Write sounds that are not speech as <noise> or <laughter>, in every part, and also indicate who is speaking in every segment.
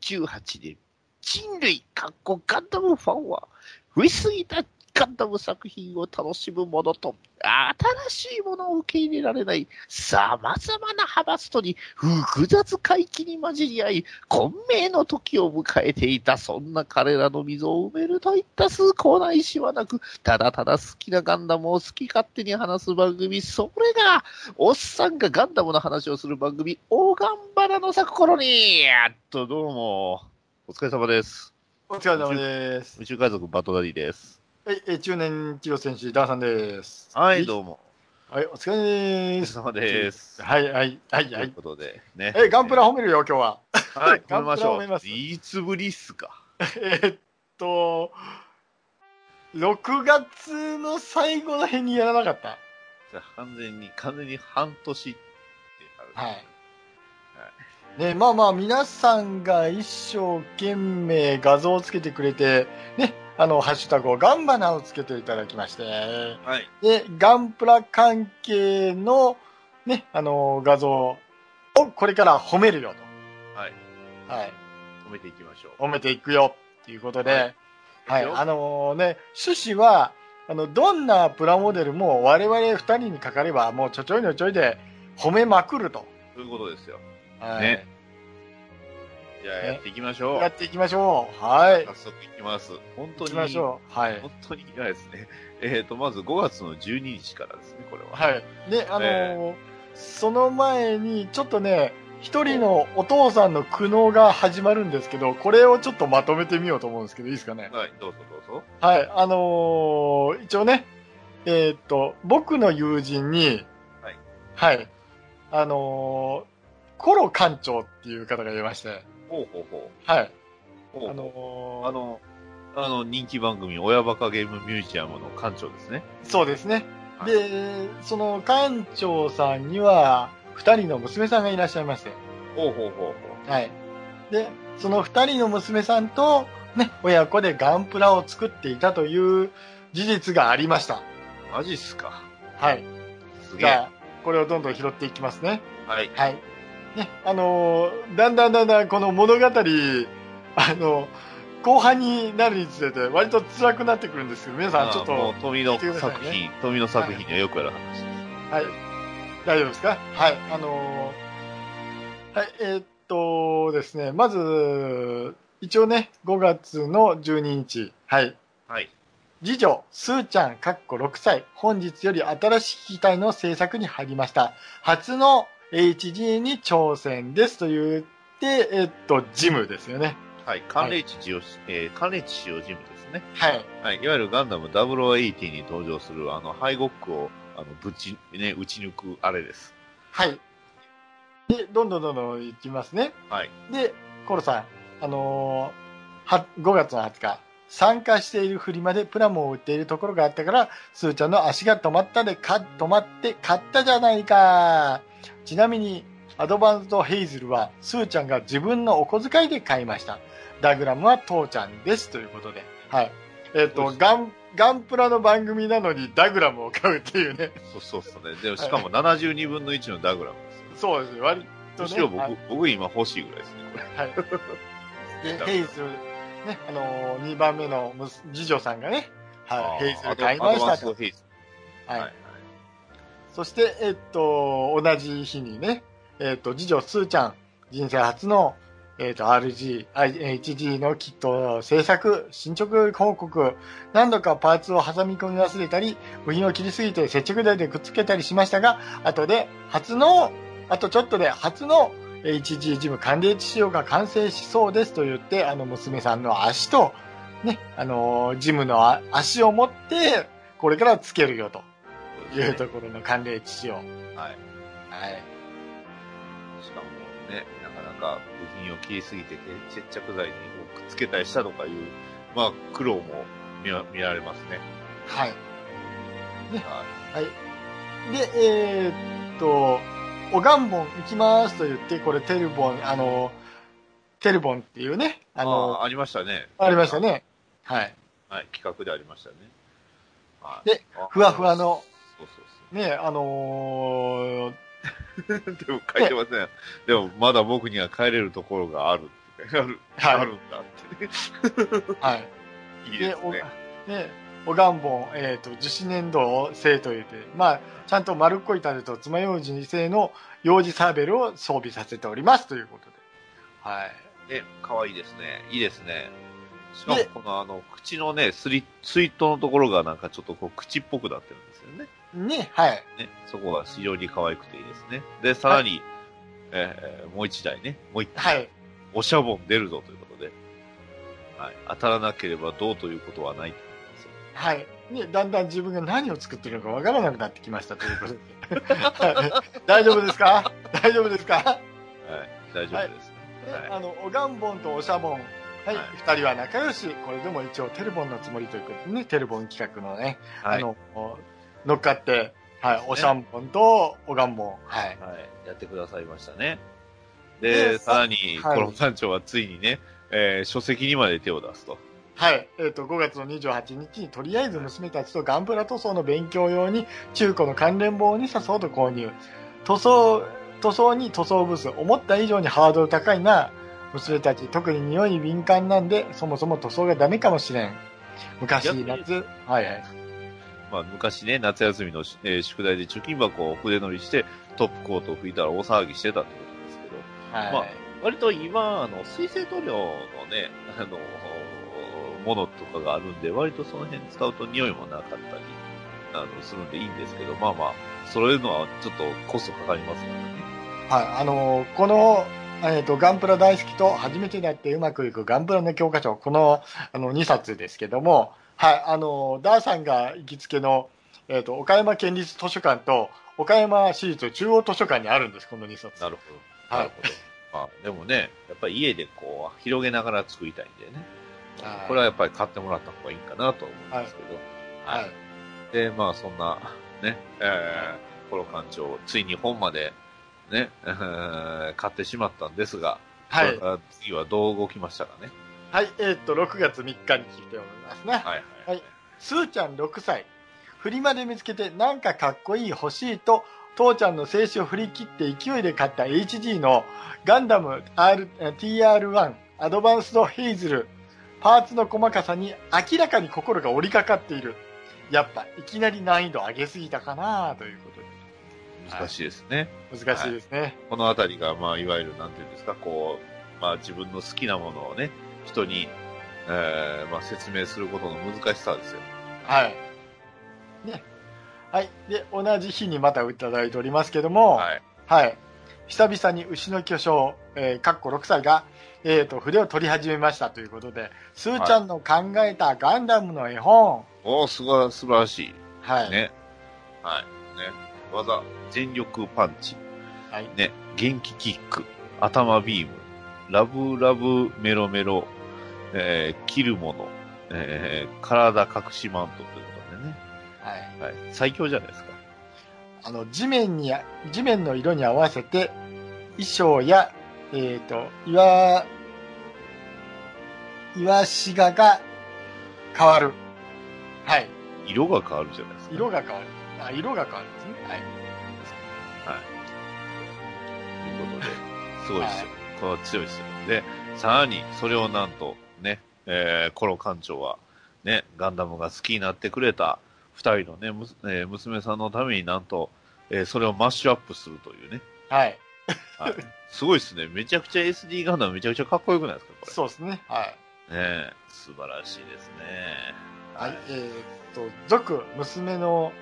Speaker 1: 2018年、人類かっこガンダムファンは、増えすぎたガンダム作品を楽しむものと、新しいものを受け入れられない、様々なハマストに複雑回帰に混じり合い、混迷の時を迎えていた、そんな彼らの溝を埋めるといった崇高な意志はなく、ただただ好きなガンダムを好き勝手に話す番組、それが、おっさんがガンダムの話をする番組、大ガンバラの咲く頃に、やっとどうも、お疲れ様です。
Speaker 2: お疲れ様です。
Speaker 1: 宇宙海賊バトダディです。
Speaker 2: はい、えー中年一郎選手、ダンさんです。
Speaker 1: はい、どうも。
Speaker 2: はい、お疲れ
Speaker 1: お疲
Speaker 2: 様
Speaker 1: れ様
Speaker 2: です。
Speaker 1: です。
Speaker 2: はい、はい、はい、
Speaker 1: と。
Speaker 2: はいいう
Speaker 1: ことで、ね。
Speaker 2: えーガンプラ褒めるよ、今日は。 <laughs>
Speaker 1: はい、
Speaker 2: ガ
Speaker 1: 頑張りま
Speaker 2: ンプ
Speaker 1: し
Speaker 2: ラ
Speaker 1: ょ
Speaker 2: を見ます
Speaker 1: う。いつぶりっすか。
Speaker 2: えーっと、6月の最後ら辺にやらなかった。
Speaker 1: じゃあ完全に、完全に半年ってある。
Speaker 2: はい。ね、まあまあ、皆さんが一生懸命画像をつけてくれて、ね、あの、ハッシュタグをガンバナをつけていただきまして、
Speaker 1: はい。
Speaker 2: で、ガンプラ関係の、ね、あの、画像をこれから褒めるよ
Speaker 1: はい。
Speaker 2: と。はい。
Speaker 1: 止めていきましょう。
Speaker 2: 褒めていくよっていうこと
Speaker 1: は
Speaker 2: で
Speaker 1: い、
Speaker 2: はい。
Speaker 1: いくよ
Speaker 2: あのね、趣旨は、あの、どんなプラモデルも我々二人にかかれば、もうちょちょいのちょいで褒めまくると。
Speaker 1: ということですよ。
Speaker 2: はい。
Speaker 1: ねじゃあ
Speaker 2: ね
Speaker 1: やっていきましょう。
Speaker 2: やっていきましょう。はい。
Speaker 1: 早速いきます。本当
Speaker 2: 行
Speaker 1: に、
Speaker 2: きまし
Speaker 1: 本
Speaker 2: ょう。はい。
Speaker 1: 当に嫌ですね。 <laughs> えっと、まず5月の12日からですね、これは。
Speaker 2: はい。で、あの
Speaker 1: え
Speaker 2: その前に、ちょっとね、一人のお父さんの苦悩が始まるんですけど、これをちょっとまとめてみようと思うんですけど、いいですかね。
Speaker 1: はい、どうぞどうぞ。
Speaker 2: はい、あのー一応ね、えーっと、僕の友人に、
Speaker 1: はい。
Speaker 2: はい、あのーコロ館長っていう方がいまして、
Speaker 1: ほうほうほ
Speaker 2: はい、
Speaker 1: う。ほう
Speaker 2: あ
Speaker 1: ほ
Speaker 2: の
Speaker 1: う
Speaker 2: ー
Speaker 1: あの、あの、人気番組、親バカゲームミュージアムの館長ですね。
Speaker 2: そうですね。
Speaker 1: はい
Speaker 2: で、その館長さんには、二人の娘さんがいらっしゃいまして、
Speaker 1: ほうほうほうほう。
Speaker 2: はい。で、その二人の娘さんと、ね、親子でガンプラを作っていたという事実がありました。
Speaker 1: マジっすか。
Speaker 2: はい。
Speaker 1: す
Speaker 2: じ
Speaker 1: げえ。
Speaker 2: ゃあ、これをどんどん拾っていきますね。
Speaker 1: はい。
Speaker 2: はい。ね、あのーだんだんだんだんこの物語、あの後半になるにつれて、割と辛くなってくるんですけど、皆さんちょっと、
Speaker 1: もう富の
Speaker 2: 聞いてくださ
Speaker 1: 作
Speaker 2: いね
Speaker 1: 品、富の作品にはよくある話です。
Speaker 2: はい。大丈夫ですかはい。あのーはい、えーっとですね、まず、一応ね、5月の12日、はい。
Speaker 1: はい。
Speaker 2: 次女、すーちゃん、かっこ6歳。本日より新しい機体の制作に入りました。初の HG に挑戦です。と言って、えっと、ジムですよね。
Speaker 1: はい。寒冷地使用、えー、寒冷地使用ジムですね。
Speaker 2: はい。
Speaker 1: はい。いわゆるガンダム0080に登場する、あの、ハイゴックを、あの、ぶち、ね、打ち抜くあれです。
Speaker 2: はい。で、どんどんどんどんいきますね。
Speaker 1: はい。
Speaker 2: で、コロさん、あのーは、5月の20日、参加しているフリマでプラモを売っているところがあったから、スーちゃんの足が止まったで、か、止まって買ったじゃないか。ちなみに、アドバンスとヘイズルは、スーちゃんが自分のお小遣いで買いました。ダグラムは父ちゃんです。ということで。はい。
Speaker 1: そ
Speaker 2: えっ、
Speaker 1: うで
Speaker 2: と、
Speaker 1: す
Speaker 2: ガン、ガンプラの番組なのにダグラムを買うっていうね。
Speaker 1: そうそうそうね。でも、しかも72分の1のダグラムです。
Speaker 2: そうですね。割と
Speaker 1: む
Speaker 2: ね。
Speaker 1: しろ僕、
Speaker 2: はい
Speaker 1: 僕今欲しいぐらいですね、これ。
Speaker 2: はい。
Speaker 1: ダグ
Speaker 2: で、
Speaker 1: ラム
Speaker 2: ヘイズル、ね、あのー、2番目のむす次女さんがね、
Speaker 1: あ
Speaker 2: はい、
Speaker 1: ー
Speaker 2: ヘイズル買いまし
Speaker 1: アドバ
Speaker 2: た
Speaker 1: ンス
Speaker 2: と。
Speaker 1: ドヘイズ
Speaker 2: はい。
Speaker 1: はい。
Speaker 2: そして、えっと、同じ日にね、えっと、次女、スーちゃん、人生初の、えっと、RG、I- HG のキット制作、進捗報告、何度かパーツを挟み込み忘れたり、部品を切りすぎて接着剤でくっつけたりしましたが、後で、初の、あとちょっとで、初の HG ジム寒冷地仕様が完成しそうですと言って、あの、娘さんの足と、ね、あのージムのあ足を持って、これからつけるよと。
Speaker 1: そうで
Speaker 2: い
Speaker 1: す
Speaker 2: う
Speaker 1: ね
Speaker 2: ところの寒冷地仕様。
Speaker 1: はい。
Speaker 2: はい。
Speaker 1: しかもね、なかなか部品を切りすぎてて、接着剤にこうくっつけたりしたとかいう、まあ、苦労も見ら見られますね。
Speaker 2: はい。
Speaker 1: は
Speaker 2: で、えーっと、おがんぼん行きますと言って、これテルボン、あの、テルボンっていうね、
Speaker 1: い。あ
Speaker 2: あの、
Speaker 1: ありましたね。
Speaker 2: ありました。ね。はい。
Speaker 1: はい、企画でありましたね。はい
Speaker 2: で、
Speaker 1: あ
Speaker 2: ふわふわの。
Speaker 1: そうそう
Speaker 2: ね、あのー
Speaker 1: <laughs> そう。でも書いてません。でも、まだ僕には帰れるところがあるってある、
Speaker 2: はい
Speaker 1: あるんだってね。
Speaker 2: はい。
Speaker 1: いいですね。
Speaker 2: おでおがんぼん、えっ、と、樹脂粘土製というて、まあ、ちゃんと丸っこい樽と爪楊枝製の楊枝サーベルを装備させておりますということで。はい。
Speaker 1: ね、可愛いですね。いいですね。しかも、このあの、口のね、スリ、スイートのところがなんかちょっとこう、口っぽくなってるんですよね。
Speaker 2: ね、はい。
Speaker 1: ね、そこが非常に可愛くていいですね。で、さらに、えーもう一台ね、もう一台、
Speaker 2: はい。
Speaker 1: おしゃぼん出るぞということで、はい、当たらなければどうということはないと思いますよ
Speaker 2: はい。ね、だんだん自分が何を作ってるのかわからなくなってきましたということ
Speaker 1: <laughs>
Speaker 2: で。はい大丈夫ですか大丈夫ですか、
Speaker 1: はい、大丈夫です
Speaker 2: ね
Speaker 1: ね。はい、
Speaker 2: あの、おがんぼんとおしゃぼん。はい。二、
Speaker 1: はい
Speaker 2: 人は仲良し。これでも一応テルボンのつもりということでね、テルボン企画のね、
Speaker 1: はい
Speaker 2: あの、乗っかって、は
Speaker 1: そうです
Speaker 2: い
Speaker 1: ね、
Speaker 2: おしゃんぼんとおがんぼん。はい。
Speaker 1: はい、やってくださいましたね。
Speaker 2: で
Speaker 1: で、
Speaker 2: さ
Speaker 1: さらに、
Speaker 2: はい
Speaker 1: コロン山長はついにね、えー書籍にまで手を出すと。
Speaker 2: はい。えっ、と、5月の28日に、とりあえず娘たちとガンプラ塗装の勉強用に、中古の関連本にさそうと購入。塗装、塗装に塗装ブース。思った以上にハードル高いな。娘たち、特に匂い敏感なんで、そもそも塗装がダメかもしれん。昔、
Speaker 1: 逆に
Speaker 2: 夏、はいはい。
Speaker 1: まあ、昔ね、夏休みの、えー宿題で貯金箱を筆乗りして、トップコートを拭いたら大騒ぎしてたってことですけど、
Speaker 2: はい。
Speaker 1: まあ割と今、あの、水性塗料のね、あの、ものとかがあるんで、割とその辺使うと匂いもなかったり、あの、するんでいいんですけど、まあまあ、揃えるのはちょっとコストかかりますからね。
Speaker 2: はい、あのーこの、えーと、ガンプラ大好きと初めてだってうまくいくガンプラの教科書、このあの2冊ですけども、はい、あのーダーさんが行きつけの、えーと、岡山県立図書館と岡山市立中央図書館にあるんです、この2冊。
Speaker 1: なるほど。
Speaker 2: は
Speaker 1: な
Speaker 2: い
Speaker 1: るほど。まあ、でもね、やっぱり家でこう、広げながら作りたいんでね。
Speaker 2: はい
Speaker 1: これはやっぱり買ってもらった方がいいかなと思うんですけど。
Speaker 2: はい。
Speaker 1: で、まあそんな、ね、えー、コロ館長、ついに本まで、ね、 <laughs> えー買ってしまったんですが、
Speaker 2: は
Speaker 1: これ
Speaker 2: い
Speaker 1: か。ら次はどう動きましたかね。
Speaker 2: はい、えーと、6月3日に聞いておりますね。
Speaker 1: はいはい。
Speaker 2: すーちゃん6歳。フリマで見つけてなんかかっこいい欲しいと、父ちゃんの精子を振り切って勢いで買った HG のガンダム R- TR1 アドバンスドヘイズル。パーツの細かさに明らかに心が折りかかっている。やっぱいきなり難易度上げすぎたかなというこ
Speaker 1: 難しいですね。
Speaker 2: とで。難しいですね。
Speaker 1: このあたりが、まあ、いわゆる、なんていうんですか、こう、まあ、自分の好きなものをね、人に、えー、まあ、説明することの難しさですよ。
Speaker 2: はい。ね。はい。で、同じ日にまたいただいておりますけども、
Speaker 1: はい。
Speaker 2: はい。久々に牛の巨匠、えー、かっこ6歳が、えー、と、筆を取り始めましたということで、すーちゃんの考えたガンダムの絵本。
Speaker 1: おー、すごい、素晴らしい。
Speaker 2: はい。
Speaker 1: ね。はい。ね。技、全力パンチ。
Speaker 2: はい。
Speaker 1: ね。元気キック。頭ビーム。ラブラブメロメロ。えー、切るもの。えー、体隠しマントということでね。
Speaker 2: は
Speaker 1: は
Speaker 2: い。
Speaker 1: い。最強じゃないですか。
Speaker 2: あの、地面に、地面の色に合わせて、衣装や、えっ、と、岩、岩しがが変わる。はい。
Speaker 1: 色が変わるじゃないですか。
Speaker 2: 色が変わる。あ、色が変わるんですね。はい。
Speaker 1: ということで、すごいですよ。これは強いですよ。で、さらに、それをなんと、ね、えー、コロ館長は、ね、ガンダムが好きになってくれた二人のね、むすえー娘さんのためになんと、えーそれをマッシュアップするというね。
Speaker 2: はい。 <laughs>
Speaker 1: はい。すごいですね。めちゃくちゃ SD ガンダムめちゃくちゃかっこよくないですか、これ。
Speaker 2: そうですね。はい。
Speaker 1: ねえ素晴らしいですね。
Speaker 2: <laughs> はい、えーっと、続、娘の、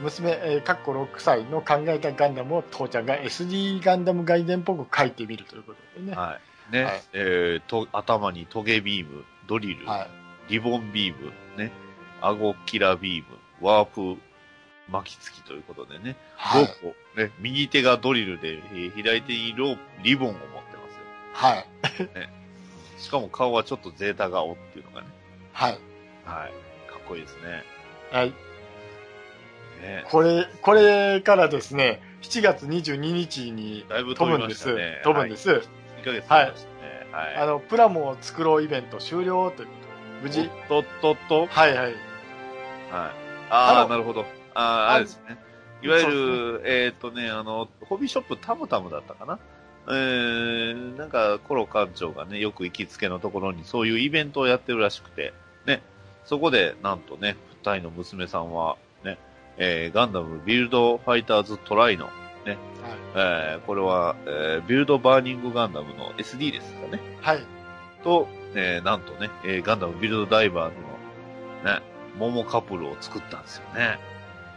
Speaker 2: 娘、えー、かっこ6歳の考えたガンダムを父ちゃんが SD ガンダム外伝っぽく書いてみるということでね。は
Speaker 1: はい。ね、
Speaker 2: はい
Speaker 1: えーと、頭にトゲビーム、ドリル、
Speaker 2: い。
Speaker 1: リボンビーム、ね、顎キラビーム、ワープ巻き付きということでね、
Speaker 2: は
Speaker 1: ロ
Speaker 2: い。
Speaker 1: ープを、ね、右手がドリルで、えー左手にロープ、リボンを持ってますよ。
Speaker 2: はい。
Speaker 1: しかも顔はちょっとゼータ顔っていうのがね、
Speaker 2: はい。
Speaker 1: はい、かっこいいですね。
Speaker 2: はい。
Speaker 1: ね
Speaker 2: これ、これからですね、7月22日に
Speaker 1: だいぶ飛
Speaker 2: 飛ぶ
Speaker 1: び
Speaker 2: ん
Speaker 1: ま
Speaker 2: で
Speaker 1: し
Speaker 2: す。
Speaker 1: た
Speaker 2: 飛ぶん
Speaker 1: ね
Speaker 2: で。す。
Speaker 1: はい、2ヶ月経りましたね。はい。
Speaker 2: あの、プラモを作ろうイベント終了ということで無事。
Speaker 1: おっとっとっと。
Speaker 2: はいはい。
Speaker 1: はい。あ
Speaker 2: あ
Speaker 1: あ、
Speaker 2: の
Speaker 1: なるほど。ああー、あれですね。いわゆ
Speaker 2: そ
Speaker 1: る、えーっ、とね、あの、ホビーショップタムタムだったかな。えー、なんか、コロ館長がね、よく行きつけのところにそういうイベントをやってるらしくて、ね、そこで、なんとね、二人の娘さんは、ね、えーガンダムビルドファイターズトライの、えーこれは、えービルドバーニングガンダムの SD ですかね。
Speaker 2: はい。はい。
Speaker 1: と、えーなんとね、えーガンダムビルドダイバーズの、ね、モモカップルを作ったんですよね。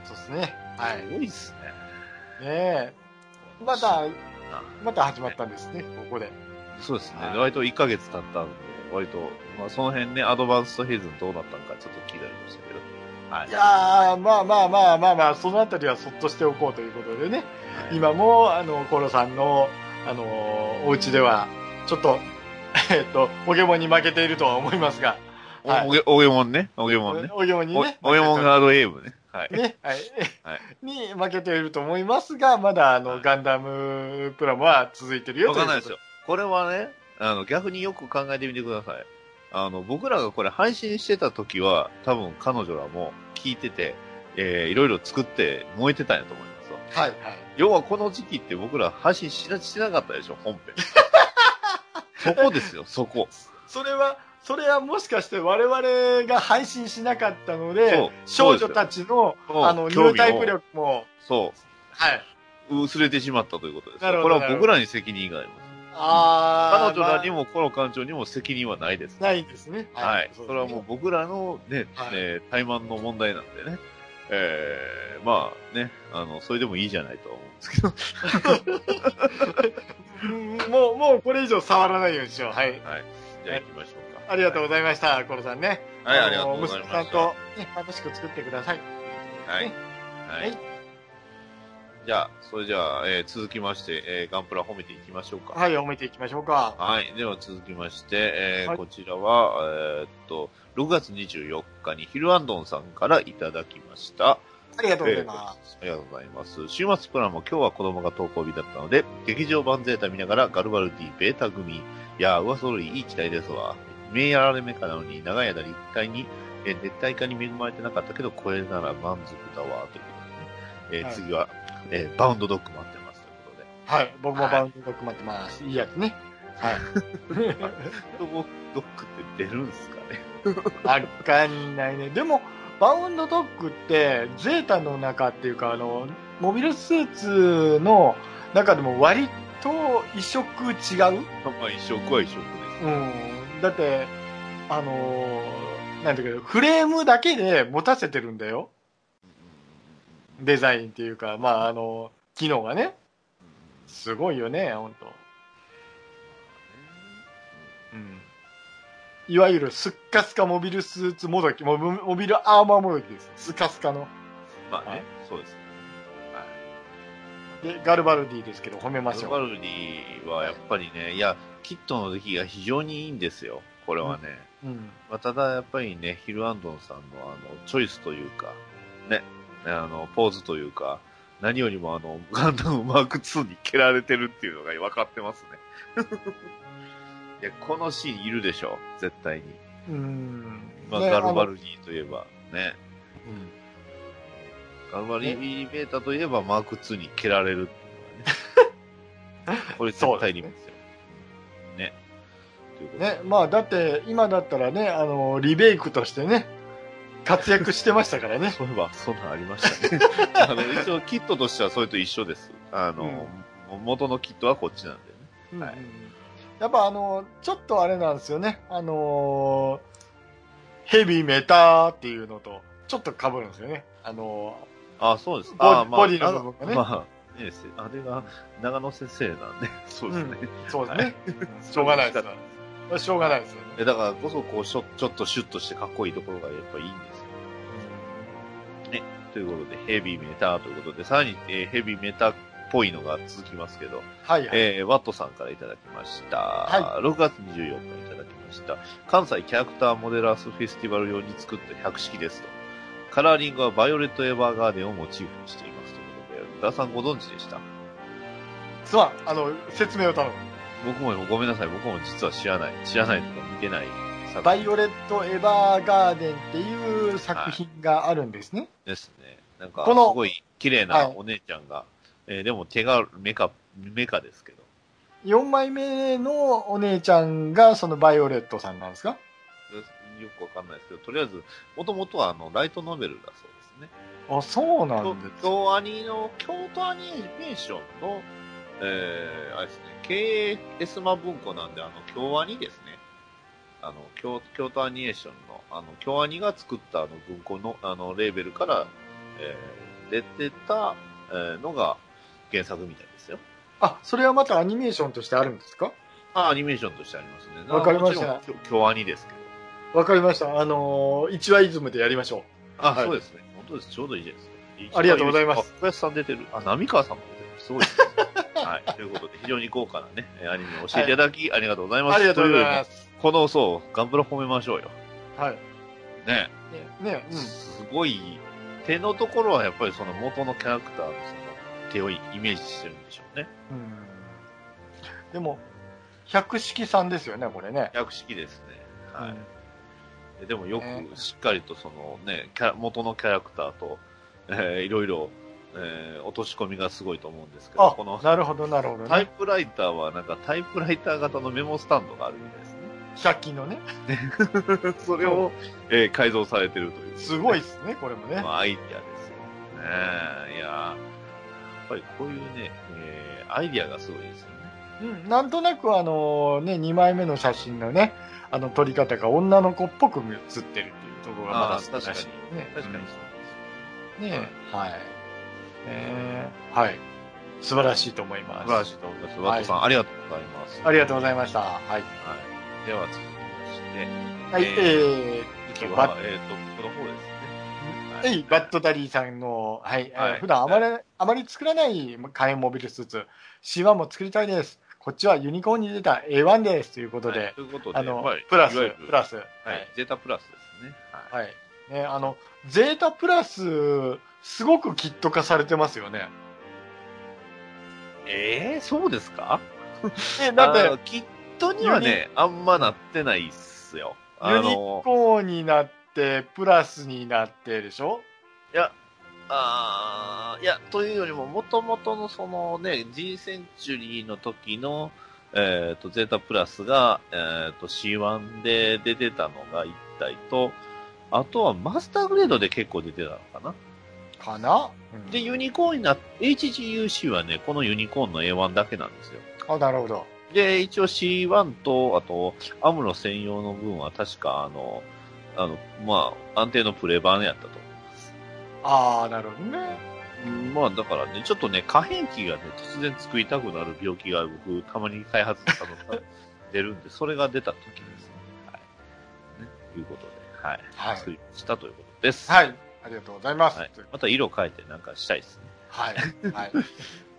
Speaker 2: そうですね。はい。
Speaker 1: す
Speaker 2: ね
Speaker 1: ごいっすね。
Speaker 2: え。また、また始まったんですね、ここで。
Speaker 1: そうですね。
Speaker 2: はい
Speaker 1: 割と1ヶ月経ったんで、割と、まあその辺ね、アドバンスとヘイズンどうなったのかちょっと気になりましたけど。はい。
Speaker 2: いやー、まあまあまあまあまあ、そのあたりはそっとしておこうということでね、
Speaker 1: はい、
Speaker 2: 今も、あの、コロさんの、あのー、お家では、ちょっと、 <laughs> えっと、おげもんに負けているとは思いますが、はい
Speaker 1: おおげ、おげもんね。おげもんね。
Speaker 2: おげもんに
Speaker 1: お
Speaker 2: ね、
Speaker 1: おげもんガードエイブね。はい。
Speaker 2: ね、はい
Speaker 1: はい。
Speaker 2: <laughs> に負けていると思いますが、まだあ
Speaker 1: は
Speaker 2: の、
Speaker 1: い
Speaker 2: ガンダムプラモは続いてるよ
Speaker 1: わ
Speaker 2: と
Speaker 1: か
Speaker 2: いうんこ
Speaker 1: ない
Speaker 2: と
Speaker 1: ですよ。これはね、あの、逆によく考えてみてください。あの、僕らがこれ配信してた時は、多分彼女らも聞いてて、えー、いろいろ作って燃えてたんやと思いますよ。
Speaker 2: はい、はい。
Speaker 1: 要はこの時期って僕ら配信しなしなかったでしょ、
Speaker 2: <laughs>
Speaker 1: 本編。そこですよ、そこ。
Speaker 2: それは、それはもしかして我々が配信しなかったの
Speaker 1: そう
Speaker 2: で、
Speaker 1: そうで
Speaker 2: 少
Speaker 1: すよ
Speaker 2: 女たちの、
Speaker 1: そう
Speaker 2: あの、ニ
Speaker 1: 興味を
Speaker 2: ュータイプ力も、
Speaker 1: そ
Speaker 2: はい。
Speaker 1: う、薄れてしまったということです。こ
Speaker 2: な
Speaker 1: れ
Speaker 2: るほど
Speaker 1: は僕らに責任があります。彼
Speaker 2: あー
Speaker 1: 女らにも、この館長にも責任はないです。
Speaker 2: まあないんですね。
Speaker 1: はい。
Speaker 2: うですね
Speaker 1: それはもう僕らのね、
Speaker 2: はい
Speaker 1: えー怠慢の問題なんでね。えー、まあね、あの、それでもいいじゃないとは思うんですけど。
Speaker 2: うんもう、もうこれ以上触らないようにしよう。はい。
Speaker 1: じゃあ行きましょうか。
Speaker 2: ありがとうご
Speaker 1: ざい
Speaker 2: ざいました、コロさんね。
Speaker 1: ます。はい、ありがとうござい
Speaker 2: あ
Speaker 1: まし
Speaker 2: の娘さん
Speaker 1: た。は
Speaker 2: と、ね、楽しく作ってください。
Speaker 1: い。は
Speaker 2: はいい。
Speaker 1: じゃあ、それじゃあ、えー続きまして、えーガンプラ褒めていきましょうか。
Speaker 2: はい、褒めていきましょうか。
Speaker 1: はい。では続きまして、えー
Speaker 2: はい
Speaker 1: こちらは、えーっと、6月24日にヒルアンドンさんからいただきました。
Speaker 2: ありがとうございます。
Speaker 1: ありがとうございます。週末プラも今日は子供が登校日だったので、劇場版ゼータ見ながらガルバルディベータ組。いやー、噂通りいい機体ですわ。名やられ目かなのに、長い間立体に、えー熱帯化に恵まれてなかったけど、これなら満足だわ、ということでね。えー
Speaker 2: はい
Speaker 1: 次は、えーバウンドドッグ待ってます、ということで。
Speaker 2: はい、僕もバウンドドッグ待ってます。いいやつね。はい。
Speaker 1: バウンドドッグって出るんですかね。 <laughs>
Speaker 2: わかんないね。でも、バウンドドッグって、ゼータの中っていうか、あの、モビルスーツの中でも割と異色違う
Speaker 1: まあ、一色は一色です。
Speaker 2: うん。だって、あのーなんていうか、フレームだけで持たせてるんだよ。デザインっていうか、まあ、あの、機能がね。すごいよね、ほんと。うん。いわゆるスッカスカモビルスーツもどき、モビモビルアーマーもどきです。スカスカの。
Speaker 1: まあ
Speaker 2: は
Speaker 1: ね
Speaker 2: い、
Speaker 1: そうです。はい。
Speaker 2: で、ガルバルディですけど、褒めま
Speaker 1: マ
Speaker 2: し
Speaker 1: ス
Speaker 2: ょ
Speaker 1: バ
Speaker 2: う。
Speaker 1: ルディはやっぱりね、いや、キットの出来が非常にいいんですよ、これはね。
Speaker 2: うん。
Speaker 1: まあ、ただやっぱりね、ヒルアンドンさんのあの、チョイスというか、ね、あの、ポーズというか、何よりもあの、ガンダムマーク2に蹴られてるっていうのが分かってますね。
Speaker 2: <laughs>
Speaker 1: いや、このシーンいるでしょ、絶対に。
Speaker 2: うん。
Speaker 1: まあ、
Speaker 2: ね
Speaker 1: ガルバ
Speaker 2: あの
Speaker 1: ルディといえば、ね。
Speaker 2: うん
Speaker 1: ガルバリビーベータといえばマーク2に蹴られるっていうのはね
Speaker 2: <laughs>
Speaker 1: これ絶対に見ますよ。ね。ということで
Speaker 2: ね、まあ、だって、今だったらね、あの、リベイクとしてね、活躍してましたからね。
Speaker 1: そういえば、そんなんありま
Speaker 2: <laughs>
Speaker 1: したね。あの、一応、キットとしてはそれと一緒です。あの、元のキットはこっちなんでね。はい
Speaker 2: やっぱあの、ちょっとあれなんですよね。あのーヘビメタっていうのと、ちょっと被るんですよね。あの
Speaker 1: あ、そうです。
Speaker 2: ボ
Speaker 1: あまあ、
Speaker 2: ボディの部分がね
Speaker 1: あのまあ、ねあれが長野先生なんで、そうですね。
Speaker 2: ーそうですね。しょうがないですよね。しょうがないですよね。
Speaker 1: えだからこそ、こう、ちょちょっとシュッとしてかっこいいところがやっぱいいんですよ。ということで、ヘビーメターということで、さらに、えーヘビーメターっぽいのが続きますけど、
Speaker 2: はいはい。
Speaker 1: えーワットさんからいただきました。
Speaker 2: は
Speaker 1: 6月24日にいただきました。関西キャラクターモデラースフェスティバル用に作った百式ですと。カラーリングはバイオレットエヴァーガーデンをモチーフにしていますということで、皆さんご存知でした
Speaker 2: すまん、あの、説明を頼む。
Speaker 1: 僕もごめんなさい、僕も実は知らない。知らないとか見てない作
Speaker 2: バイオレット・エヴァーガーデンっていう作品があるんですね。
Speaker 1: ですね。なんか、す
Speaker 2: この
Speaker 1: ごい綺麗なお姉ちゃんが、えーでも手がメカ、メカですけど、
Speaker 2: 4枚目のお姉ちゃんが、そのバイオレットさんなんですか
Speaker 1: よくわかんないですけど、とりあえず、もともとはあのライトノベルだそうですね。
Speaker 2: あ、そうな
Speaker 1: 京
Speaker 2: んです
Speaker 1: 都アニの、京都アニメーションの、えー、あれですね、KS マ文庫なんで、あの、京アニですね。あの、京京都アニメーションの、あの、京アニが作ったあの文庫の、あの、レーベルから、えー、出てた、えーのが原作みたいですよ。
Speaker 2: あ、それはまたアニメーションとしてあるんですか
Speaker 1: あ、アニメーションとしてありますね。
Speaker 2: わかりました
Speaker 1: もちろん京京アニですけど。
Speaker 2: わかりました。あのー、1話イズムでやりましょ
Speaker 1: あ、
Speaker 2: はい
Speaker 1: そうですね。本当です。ちょうどいいじゃないですか。
Speaker 2: ありがとうございます。
Speaker 1: あ小林さん出てる。あ、波川さんも出てる。すごいですね。はい。ということで、非常に豪華なね、えーアニメを教えていただき、ありがとうございうます。。
Speaker 2: ありがとうございますす。
Speaker 1: この、そう、ガンプラ褒めましょうよ。
Speaker 2: はい。
Speaker 1: ね。
Speaker 2: ね、うん。
Speaker 1: すごい、手のところはやっぱりその元のキャラクターのその手をイメージしてるんでしょうね。
Speaker 2: うんでも、百式さんですよね、これね。
Speaker 1: 百式ですね。はい。
Speaker 2: うん
Speaker 1: ででもよ
Speaker 2: ね
Speaker 1: くしっかりとそのね、キャラ元のキャラクターと、えーいろいろ、えー落とし込みがすごいと思うんですけど、
Speaker 2: あ
Speaker 1: この、
Speaker 2: なるほど、なるほど
Speaker 1: タイ
Speaker 2: ね。
Speaker 1: プライターはなんかタイプライター型のメモスタンドがあるみたいです
Speaker 2: 100均のね。
Speaker 1: ね。
Speaker 2: <laughs>
Speaker 1: それを、えー改造されてるという。
Speaker 2: すごいですね、これもね
Speaker 1: ま。あ、アイディアですよ。ねえ、いやーやっぱりこういうね、えーアイディアがすごいですよね。
Speaker 2: うん、なんとなくあのね、2枚目の写真のね、あの撮り方が女の子っぽく写ってるっていうところがま
Speaker 1: あ
Speaker 2: だ
Speaker 1: ー
Speaker 2: 素晴らしいね。
Speaker 1: 確かにそう
Speaker 2: うんねはい。えーはい。素晴らしいと思います。
Speaker 1: 素晴らしいと思います。ワットさん、ありがとうございます。
Speaker 2: ありがとうございました。はい。
Speaker 1: はい。では続きまして、
Speaker 2: はい、
Speaker 1: え
Speaker 2: えー
Speaker 1: 次
Speaker 2: バ
Speaker 1: は
Speaker 2: ッ、
Speaker 1: えっ、と、この方ですね。
Speaker 2: えい、バッドダリーさんの、はい、えー
Speaker 1: はい
Speaker 2: 普段あまり、あまり作らない火炎モビルスーツ、C1 も作りたいです。こっちはユニコーンに出た A1 です。ということで、
Speaker 1: はいということで、
Speaker 2: あ
Speaker 1: や
Speaker 2: の
Speaker 1: っぱり、
Speaker 2: プラス、
Speaker 1: いわゆる
Speaker 2: プラス。は
Speaker 1: はい
Speaker 2: い。。
Speaker 1: ゼータプラスですね。はい。
Speaker 2: はい。ね、あの、ゼータプラス、すごくキット化されてますよね。
Speaker 1: ええー、そうですか
Speaker 2: え、だって、
Speaker 1: あーキットにはね、あんまなってないっすよ。あ
Speaker 2: ユニ
Speaker 1: の、
Speaker 2: コーンになって、プラスになってでしょ
Speaker 1: いや、あーいや、というよりも、もともとのそのね、G センチュリーの時の、えっ、と、ゼータプラスが、えっ、と、C1 で出てたのが1体と、あとはマスターグレードで結構出てたのかな。
Speaker 2: かな、うん
Speaker 1: で、ユニコーンになっ HGUC はね、このユニコーンの A1 だけなんですよ。
Speaker 2: あ、なるほど。
Speaker 1: で、一応 C1 と、あと、アムロ専用の分は確か、あの、あの、まあ、安定のプレ版やったと思います。
Speaker 2: ああ、なるほどね。
Speaker 1: うんまあ、だからね、ちょっとね、可変期がね、突然作りたくなる病気が僕、たまに開発者の方から出るんで、 <laughs> それが出た時ですね。はい。ね、いうことで、はい。
Speaker 2: はい
Speaker 1: 作りましたということです。。
Speaker 2: はいい。ありがとうございます。
Speaker 1: はい、また色変えてなんかしたいですね。
Speaker 2: はい。はい。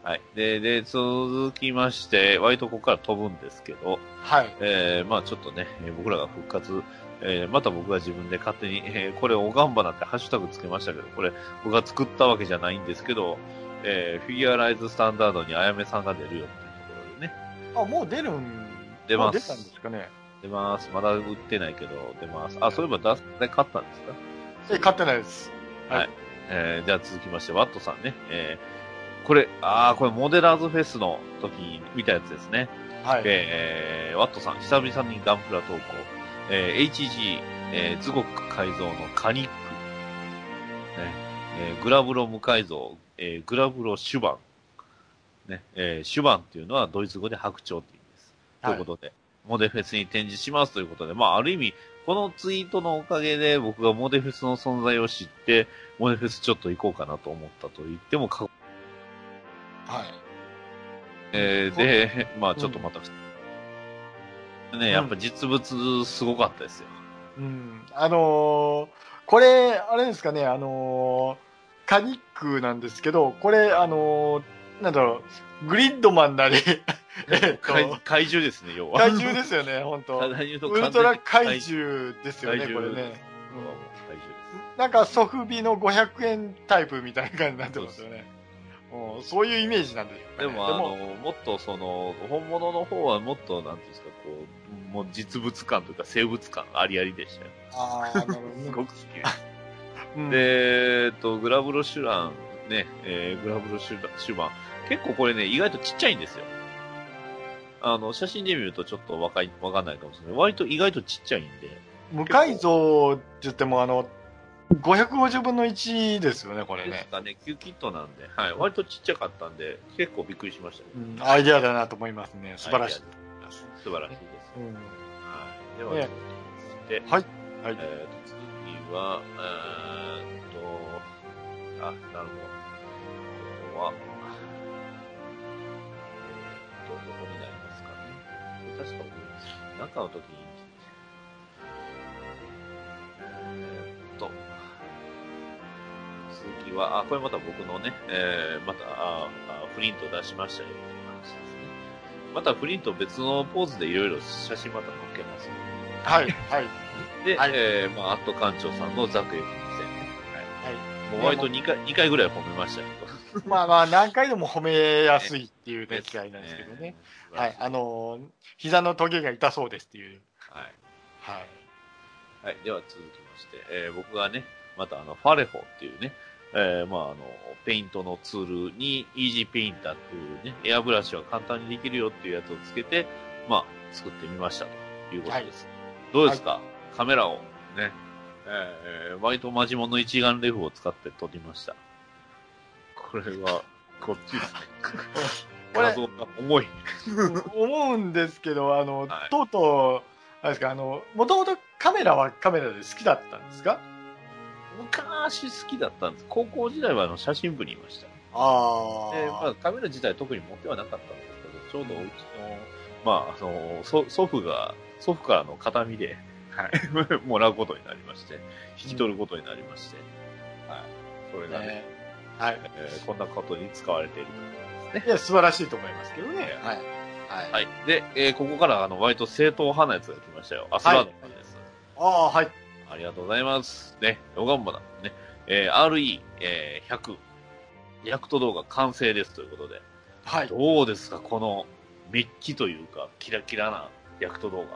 Speaker 1: はい。で、で、続きまして、割とここから飛ぶんですけど、
Speaker 2: はい。
Speaker 1: えー、まあちょっとね、えー僕らが復活、えー、また僕が自分で勝手に、えー、これおがんばなってハッシュタグつけましたけど、これ僕が作ったわけじゃないんですけど、えー、フィギュアライズスタンダードにあやめさんが出るよっていうところでね、
Speaker 2: あ、もう出るん
Speaker 1: 出ます
Speaker 2: もう出たんですかね。
Speaker 1: 出ます。まだ売ってないけど、出ます。あ、そういえばダースで買ったんですか
Speaker 2: え、買ってないです。
Speaker 1: えー、じゃあ続きまして、ワットさんね、えー、これ、あー、これモデラーズフェスの時に見たやつですね。
Speaker 2: はい。
Speaker 1: えーワットさん、久々にガンプラ投稿。えー HG、えー、ズゴック改造のカニック。ね、えーグラブロ無改造、えーグラブロシュバン。ね、えーシュバンっていうのはドイツ語で白鳥って意味です。
Speaker 2: はい
Speaker 1: ということで、モデフェスに展示しますということで、まあ、ある意味、このツイートのおかげで僕がモデフェスの存在を知って、モデフェスちょっと行こうかなと思ったと言っても過言
Speaker 2: はい。
Speaker 1: えーで、 <laughs> まあちょっとまた、ね、
Speaker 2: ん
Speaker 1: やっぱ実物すごかったですよ。
Speaker 2: うん。あのーこれ、あれですかね、あのーカニックなんですけど、これ、あのーなんだろう、グリッドマンな
Speaker 1: <laughs>
Speaker 2: り、えっと、
Speaker 1: 怪怪獣ですね、要は。
Speaker 2: 怪獣ですよね、本
Speaker 1: <laughs>
Speaker 2: 当
Speaker 1: 怪獣
Speaker 2: ウルトラ怪獣ですよね、
Speaker 1: 怪
Speaker 2: これ
Speaker 1: 獣完全に
Speaker 2: ね。
Speaker 1: 怪獣です
Speaker 2: なんか、ソフビの500円タイプみたいな感じになってますよね。うんそういうイメージなんですよ、ね。
Speaker 1: でも、あの、もっとその、本物の方はもっと、なんていうんですか、こう、もう実物感というか生物感ありありでしたよ。
Speaker 2: ああ、なるほどね
Speaker 1: すごく好きで
Speaker 2: うん
Speaker 1: で、えっと、グラブロシュラン、ね、えーグラブロシュラン、シュバン。結構これね、意外とちっちゃいんですよ。あの、写真で見るとちょっとわかい、わかんないかもしれない。割と意外とちっちゃいんで。
Speaker 2: 無改造って言っても、あの、550分の1ですよね、これ
Speaker 1: です
Speaker 2: ね。
Speaker 1: かね、キューキットなんで、はい、割とちっちゃかったんで、結構びっくりしましたね。
Speaker 2: うん、アイデアだなと思いますね。素晴らしい。
Speaker 1: 素晴らしいです。
Speaker 2: うん
Speaker 1: はい。では、
Speaker 2: ね
Speaker 1: 続いて、
Speaker 2: はい。はい。
Speaker 1: えーと、次は、えーと、あ、なるほど。ここは、えーと、どこになりますかね。これ確か僕、中の時に、えーと、次は、あ、これまた僕のね、えー、また、ああ、フリント出しましたよっていう話ですね。またフリント別のポーズでいろいろ写真また載っけますので
Speaker 2: はい。はい。
Speaker 1: で、
Speaker 2: はい
Speaker 1: えー、まあ、アット館長さんのザクエフ2000。もう割と2回、二回ぐらい褒めましたけ
Speaker 2: まあまあ、何回でも褒めやすいっていうね、違いなんですけど
Speaker 1: ど。
Speaker 2: ね。
Speaker 1: えー
Speaker 2: はい。あ、のー、膝のトゲが痛そうですっていう。
Speaker 1: はい。
Speaker 2: はい。
Speaker 1: はい。では続きまして、えー、僕がね、またあの、ファレホっていうね、えー、まああの、ペイントのツールに、イージーペインターっていうね、エアブラシは簡単にできるよっていうやつをつけて、まあ、作ってみましたということです。どうですか、カメラをね、えー、割とマジモンの一眼レフを使って撮りました。これは、こっちですね。
Speaker 2: <laughs> これ
Speaker 1: 画像が重い。
Speaker 2: <laughs> 思うんですけど、あの、
Speaker 1: はい
Speaker 2: とうとう、あれですか、あの、もともとカメラはカメラで好きだったんですか
Speaker 1: 昔好きだったんです。高校時代はあの写真部にいました。
Speaker 2: あ
Speaker 1: で、まあ、カメラ自体特に持ってはなかったんですけど、ちょうどうちの、まあ、あの、祖祖父が、祖父からの形見で、はい、 <laughs> もらうことになりまして、引き取ることになりまして、はい。それがね、
Speaker 2: ね。はい。
Speaker 1: えーこんなことに使われていると思いますね。
Speaker 2: いや、素晴らしいと思いますけどね。はい。はい。
Speaker 1: はい。で、えーここから、あの、割と正統派なやつが来ましたよ。アスラードさんです。
Speaker 2: ああ、はい。
Speaker 1: ありがとうございます。ね、ヨガンバだ。ね、えー RE100、えー100リアクト動画完成ですということで。
Speaker 2: はい。
Speaker 1: どうですか、このメッキというか、キラキラなヤクト動画。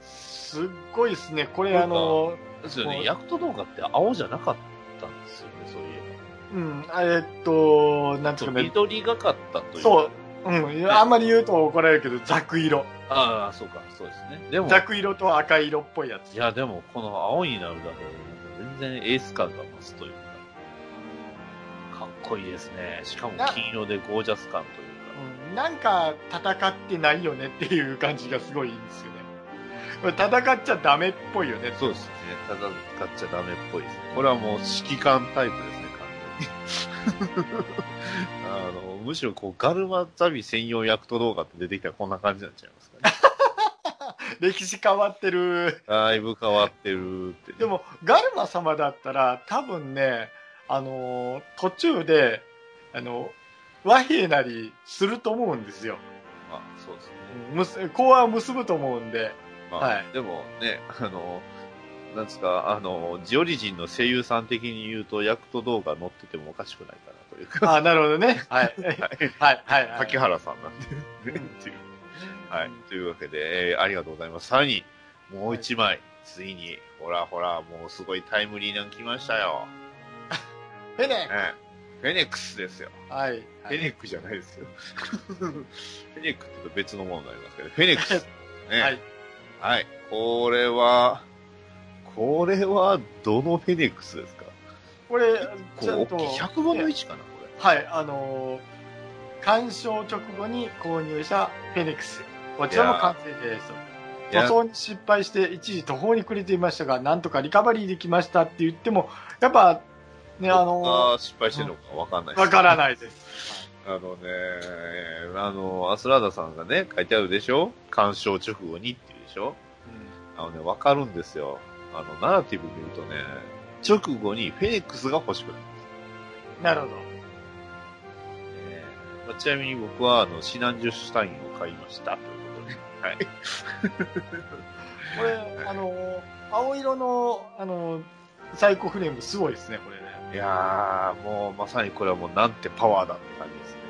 Speaker 2: すっごいですね。これ、
Speaker 1: なんか
Speaker 2: あの、
Speaker 1: ですよね、
Speaker 2: はい
Speaker 1: ヤクト動画って青じゃなかったんですよね、そうい
Speaker 2: うん、えーっと、なん
Speaker 1: え
Speaker 2: つう
Speaker 1: ば。
Speaker 2: かね、
Speaker 1: 緑がかったというか。
Speaker 2: そう。うん、あんまり言うと怒られるけど、ザク色。
Speaker 1: ああ、そうか、そうですね。でも、
Speaker 2: ザク色と赤色っぽいやつ。
Speaker 1: いや、でも、この青になるだけで、全然エース感が増すというか、かっこいいですね。しかも
Speaker 2: な
Speaker 1: 金色でゴージャス感というか。
Speaker 2: うん、なんか戦ってないよねっていう感じがすごいいいんですよね。戦っちゃダメっぽいよね。
Speaker 1: そうですね。ただ使っちゃダメっぽいですね。これはもう指揮官タイプですね、完全に。
Speaker 2: <laughs>
Speaker 1: あの、むしろこう、ガルマザビ専用役と動画って出てきたらこんな感じになっちゃいますかね。
Speaker 2: 歴史変わってる。
Speaker 1: だいぶ変わってるって、
Speaker 2: で、も、ガルマ様だったら、多分ね、あのー途中で、あの、和平なりすると思うんですよ。
Speaker 1: まあ、そうですね。
Speaker 2: むす講和を結ぶと思う
Speaker 1: <laughs>
Speaker 2: んで。
Speaker 1: まあ、
Speaker 2: はい
Speaker 1: でもね、あの、なんですか、あの、ジオリジンの声優さん的に言うと、役と動画載っててもおかしくないかなというか、 <laughs>
Speaker 2: ああ、なるほどね。 <laughs> はい。
Speaker 1: はい
Speaker 2: はい、はい。はい
Speaker 1: 竹原さんなん
Speaker 2: <laughs>
Speaker 1: で、ね、っていう。はい。というわけで、えーありがとうございます。さらに、もう一枚、ついに、ほらほら、もうすごいタイムリーなの来ましたよ。
Speaker 2: フェネ
Speaker 1: ね、フェネックスですよ。
Speaker 2: はい。
Speaker 1: フェネックじゃないですよ。 <laughs> フェネックって言うと別のものになりますけど、フェネック
Speaker 2: <laughs>
Speaker 1: ス。ね、
Speaker 2: は
Speaker 1: はいい。これは、これは、どのフェネックスですか
Speaker 2: これ、
Speaker 1: こ
Speaker 2: ち
Speaker 1: う
Speaker 2: ゃん
Speaker 1: 大
Speaker 2: と、
Speaker 1: きい、100分の1かな、これ。
Speaker 2: はい、あのー鑑賞直後に購入したフェニックス。こちらも完成です。
Speaker 1: いや
Speaker 2: 塗装に失敗して一時途方に暮れていましたが、なんとかリカバリーできましたって言っても、やっぱ、ね、あの
Speaker 1: あー失敗してるのかわかんない
Speaker 2: ーわからないです。
Speaker 1: あのね、あの、アスラーダさんがね、書いてあるでしょ鑑賞直後にっていうでしょあのね、わかるんですよ。あの、ナラティブ見るとね、直後にフェニックスが欲しくなるんです
Speaker 2: うんなるほど。
Speaker 1: よね。まあちなみに僕は、あの、シナンジュシュタインを買いました。ということで。はい。
Speaker 2: これ、あのー青色の、あのーサイコフレームすごいですね、これね。
Speaker 1: いやー、もうまさにこれはもうなんてパワーだって感じですね。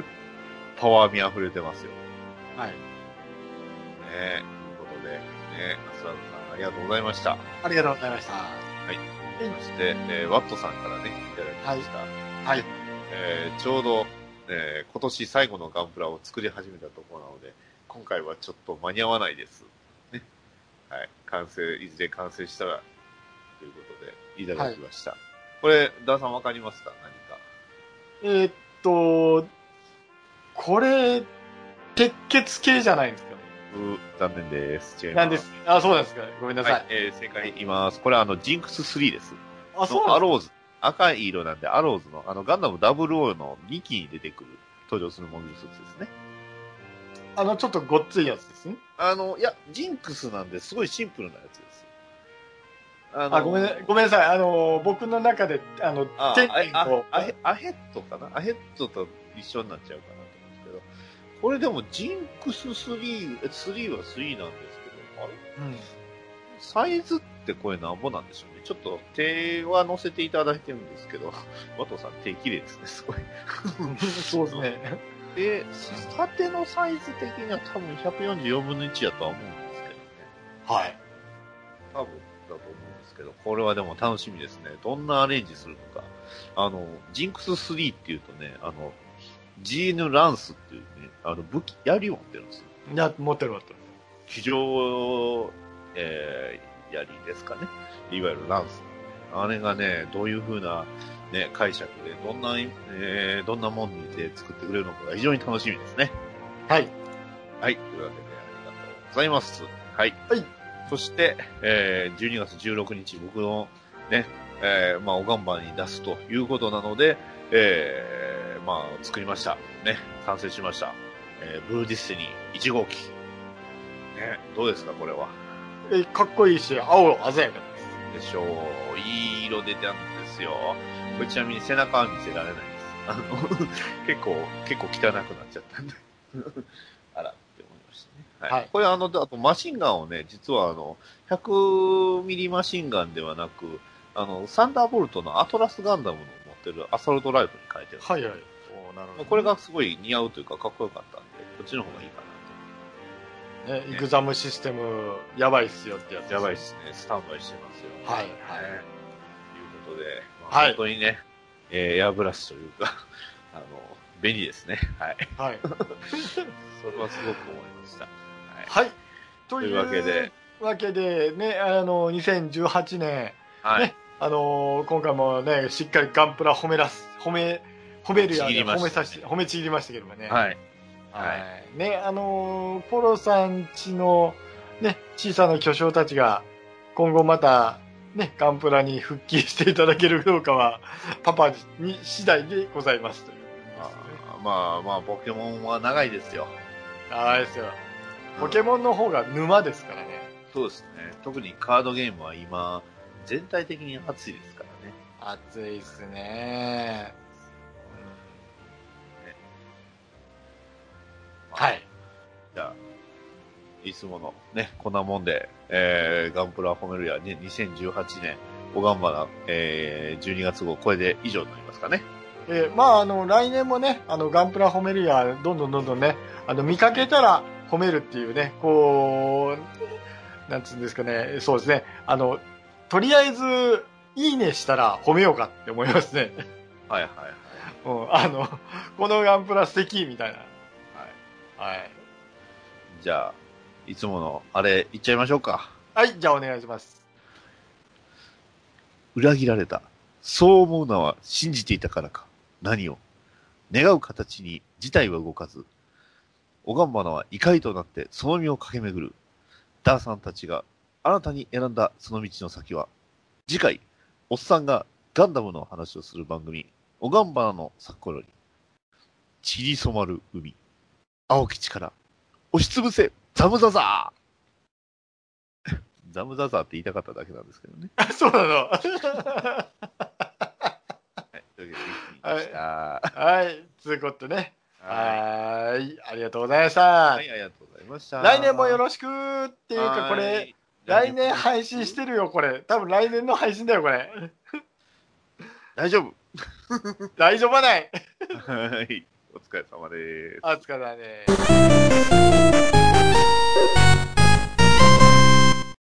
Speaker 2: <laughs>
Speaker 1: パワー見溢れてますよ。ね
Speaker 2: はい。
Speaker 1: え。ということで、ねアスラーダさんありがとうございました。
Speaker 2: ありがとうございました。
Speaker 1: そして、えーワットさんからね、いただきました。
Speaker 2: はい。
Speaker 1: えーちょうど、えー今年最後のガンプラを作り始めたところなので、今回はちょっと間に合わないです。ね。はい。完成、いずれ完成したら、ということで、いただきました。これ、ダーさんわかりますか何か。
Speaker 2: えーっと、これ、鉄血系じゃないんですかね。
Speaker 1: うー残念です。違います。
Speaker 2: なんです。あ、そうなんですか。ごめんなさい。
Speaker 1: はい、えー正解言います。これあの、ジンクス3です。
Speaker 2: あ、そう
Speaker 1: の
Speaker 2: な
Speaker 1: ア
Speaker 2: んです
Speaker 1: ローズ。赤い色なんで、アローズの、あの、ガンダム00の2機に出てくる、登場するモビルスーツですね。
Speaker 2: か。あの、ちょっとごっついやつですね。
Speaker 1: あの、いや、ジンクスなんで、すごいシンプルなやつです。あ
Speaker 2: あ、ごめんなご
Speaker 1: ん。
Speaker 2: めんなさい。あの、僕の中で、あの、
Speaker 1: あ
Speaker 2: 天
Speaker 1: あ
Speaker 2: 気を
Speaker 1: あ、アヘアヘッドかなアヘッドと一緒になっちゃうかなと思うんですけど、これでも、ジンクス3、え3は3なんですけど、あれ
Speaker 2: うん <laughs>
Speaker 1: サイズってこれなんぼなんでしょうね。ちょっと手は乗せていただいてるんですけど、 <laughs> ワトさん手綺麗ですね、すごい。
Speaker 2: そうですね。
Speaker 1: で、縦のサイズ的には多分144分の1やとは思うんですけどね。
Speaker 2: はい。
Speaker 1: 多分だと思うんですけど、これはでも楽しみですね。どんなアレンジするのか。あの、ジンクス3っていうとね、あの、GN ランスっていうね、あの武器、槍を持ってるんですよ。
Speaker 2: いや、持ってる持ってる。
Speaker 1: 非常、えー、やりですかね。いわゆるランス。あれがね、どういう風な、ね、解釈で、どんな、えーどんなもんで作ってくれるのかが非常に楽しみですね。
Speaker 2: はい。
Speaker 1: はい。というわけで、ありがとうございます。はい。
Speaker 2: はい
Speaker 1: そして、えー12月16日、僕の、ね、えーまあ、おがんばに出すということなので、えーまあ、作りました。ね、完成しました。えーブルーディスティニー1号機。ね、どうですか、これは。
Speaker 2: え、かっこいいし、青鮮やかです。
Speaker 1: でしょう。いい色出てあるんですよ。これちなみに背中は見せられないです。あの、 <laughs> 結構、結構汚くなっちゃったんで。 <laughs> あらって思いましたね。はい。
Speaker 2: はい
Speaker 1: これあの、あとマシンガンをね、実はあの、100ミリマシンガンではなく、あの、サンダーボルトのアトラスガンダムの持ってるアサルトライフルに変えてるんですよ
Speaker 2: はいはい。おなる
Speaker 1: これがすごい似合うというか、かっこよかったんで、こっちの方がいいかなと。
Speaker 2: ね、イグザムシステム、やばいっすよってやつ
Speaker 1: やばい
Speaker 2: い。
Speaker 1: ですね。スタンバイしてますよ。
Speaker 2: は
Speaker 1: は
Speaker 2: い
Speaker 1: い。ということで、まあ
Speaker 2: はい
Speaker 1: 本当にね、えーエアブラシというか、 <laughs> あの、便利ですね。はい。
Speaker 2: はい。
Speaker 1: それはすごく思いました。はい。
Speaker 2: はい。と
Speaker 1: というわけで。
Speaker 2: わけで、ね、あの、2018年、
Speaker 1: はい。
Speaker 2: ねあのー今回もね、しっかりガンプラ褒めらす、褒め、褒めるや、
Speaker 1: ちぎりましたね
Speaker 2: 褒めさせて、褒めちぎりましたけどもね。
Speaker 1: はい。
Speaker 2: はい。ね、あのーポロさんちの、ね、小さな巨匠たちが、今後また、ね、ガンプラに復帰していただけるかどうかは、パパに次第でございますという。
Speaker 1: まあまあ、まあ、ポケモンは長いですよ。
Speaker 2: あれですよ。ポケモンの方が沼ですからね。
Speaker 1: そうですね。特にカードゲームは今、全体的に熱いですからね。
Speaker 2: 熱いっすね。はい。
Speaker 1: じゃあ、いつもの、ね、こんなもんで、えー、ガンプラ褒めるや、ね、2018年、おがんばら、えー、12月号、これで以上になりますかね。
Speaker 2: えーまあ、あの、来年もね、あの、ガンプラ褒めるや、どんどんどんどんね、あの、見かけたら褒めるっていうね、こう、なんつうんですかね、そうですね、あの、とりあえず、いいねしたら褒めようかって思いますね。 <laughs>
Speaker 1: はいはいはい。
Speaker 2: うん、あの、このガンプラ素敵みたい
Speaker 1: はい、
Speaker 2: な。はい。
Speaker 1: じゃあ、いつもの、あれ、言っちゃいましょうか。
Speaker 2: はい、じゃあお願いします。 <laughs>
Speaker 1: 裏切られた。そう思うのは信じていたからか。何を。願う形に事態は動かず。おがんばなは怒りとなってその身を駆け巡る。ダーさんたちが新たに選んだその道の先は。次回、おっさんがガンダムの話をする番組、おがんばなのサッコロに。散り染まる海。青き力。押しつぶせ、ザムザザー <laughs> ザムザザーって言いたかっただけなんですけどね。
Speaker 2: あそうなの。 <laughs>
Speaker 1: というわけで、でした。は
Speaker 2: はい、つうことでね。
Speaker 1: い。
Speaker 2: はい、ありがとうございました。
Speaker 1: はい、ありがとうございました。
Speaker 2: 来年もよ
Speaker 1: し
Speaker 2: ろしくっていうか、これ、、来
Speaker 1: 来
Speaker 2: 年
Speaker 1: 年、
Speaker 2: 配信してるよ、これ。多分来年の配信だよ、これ。
Speaker 1: 大丈夫。
Speaker 2: 大丈夫はない。 <laughs>
Speaker 1: はい。お疲れ様です。
Speaker 2: あ、つかだね。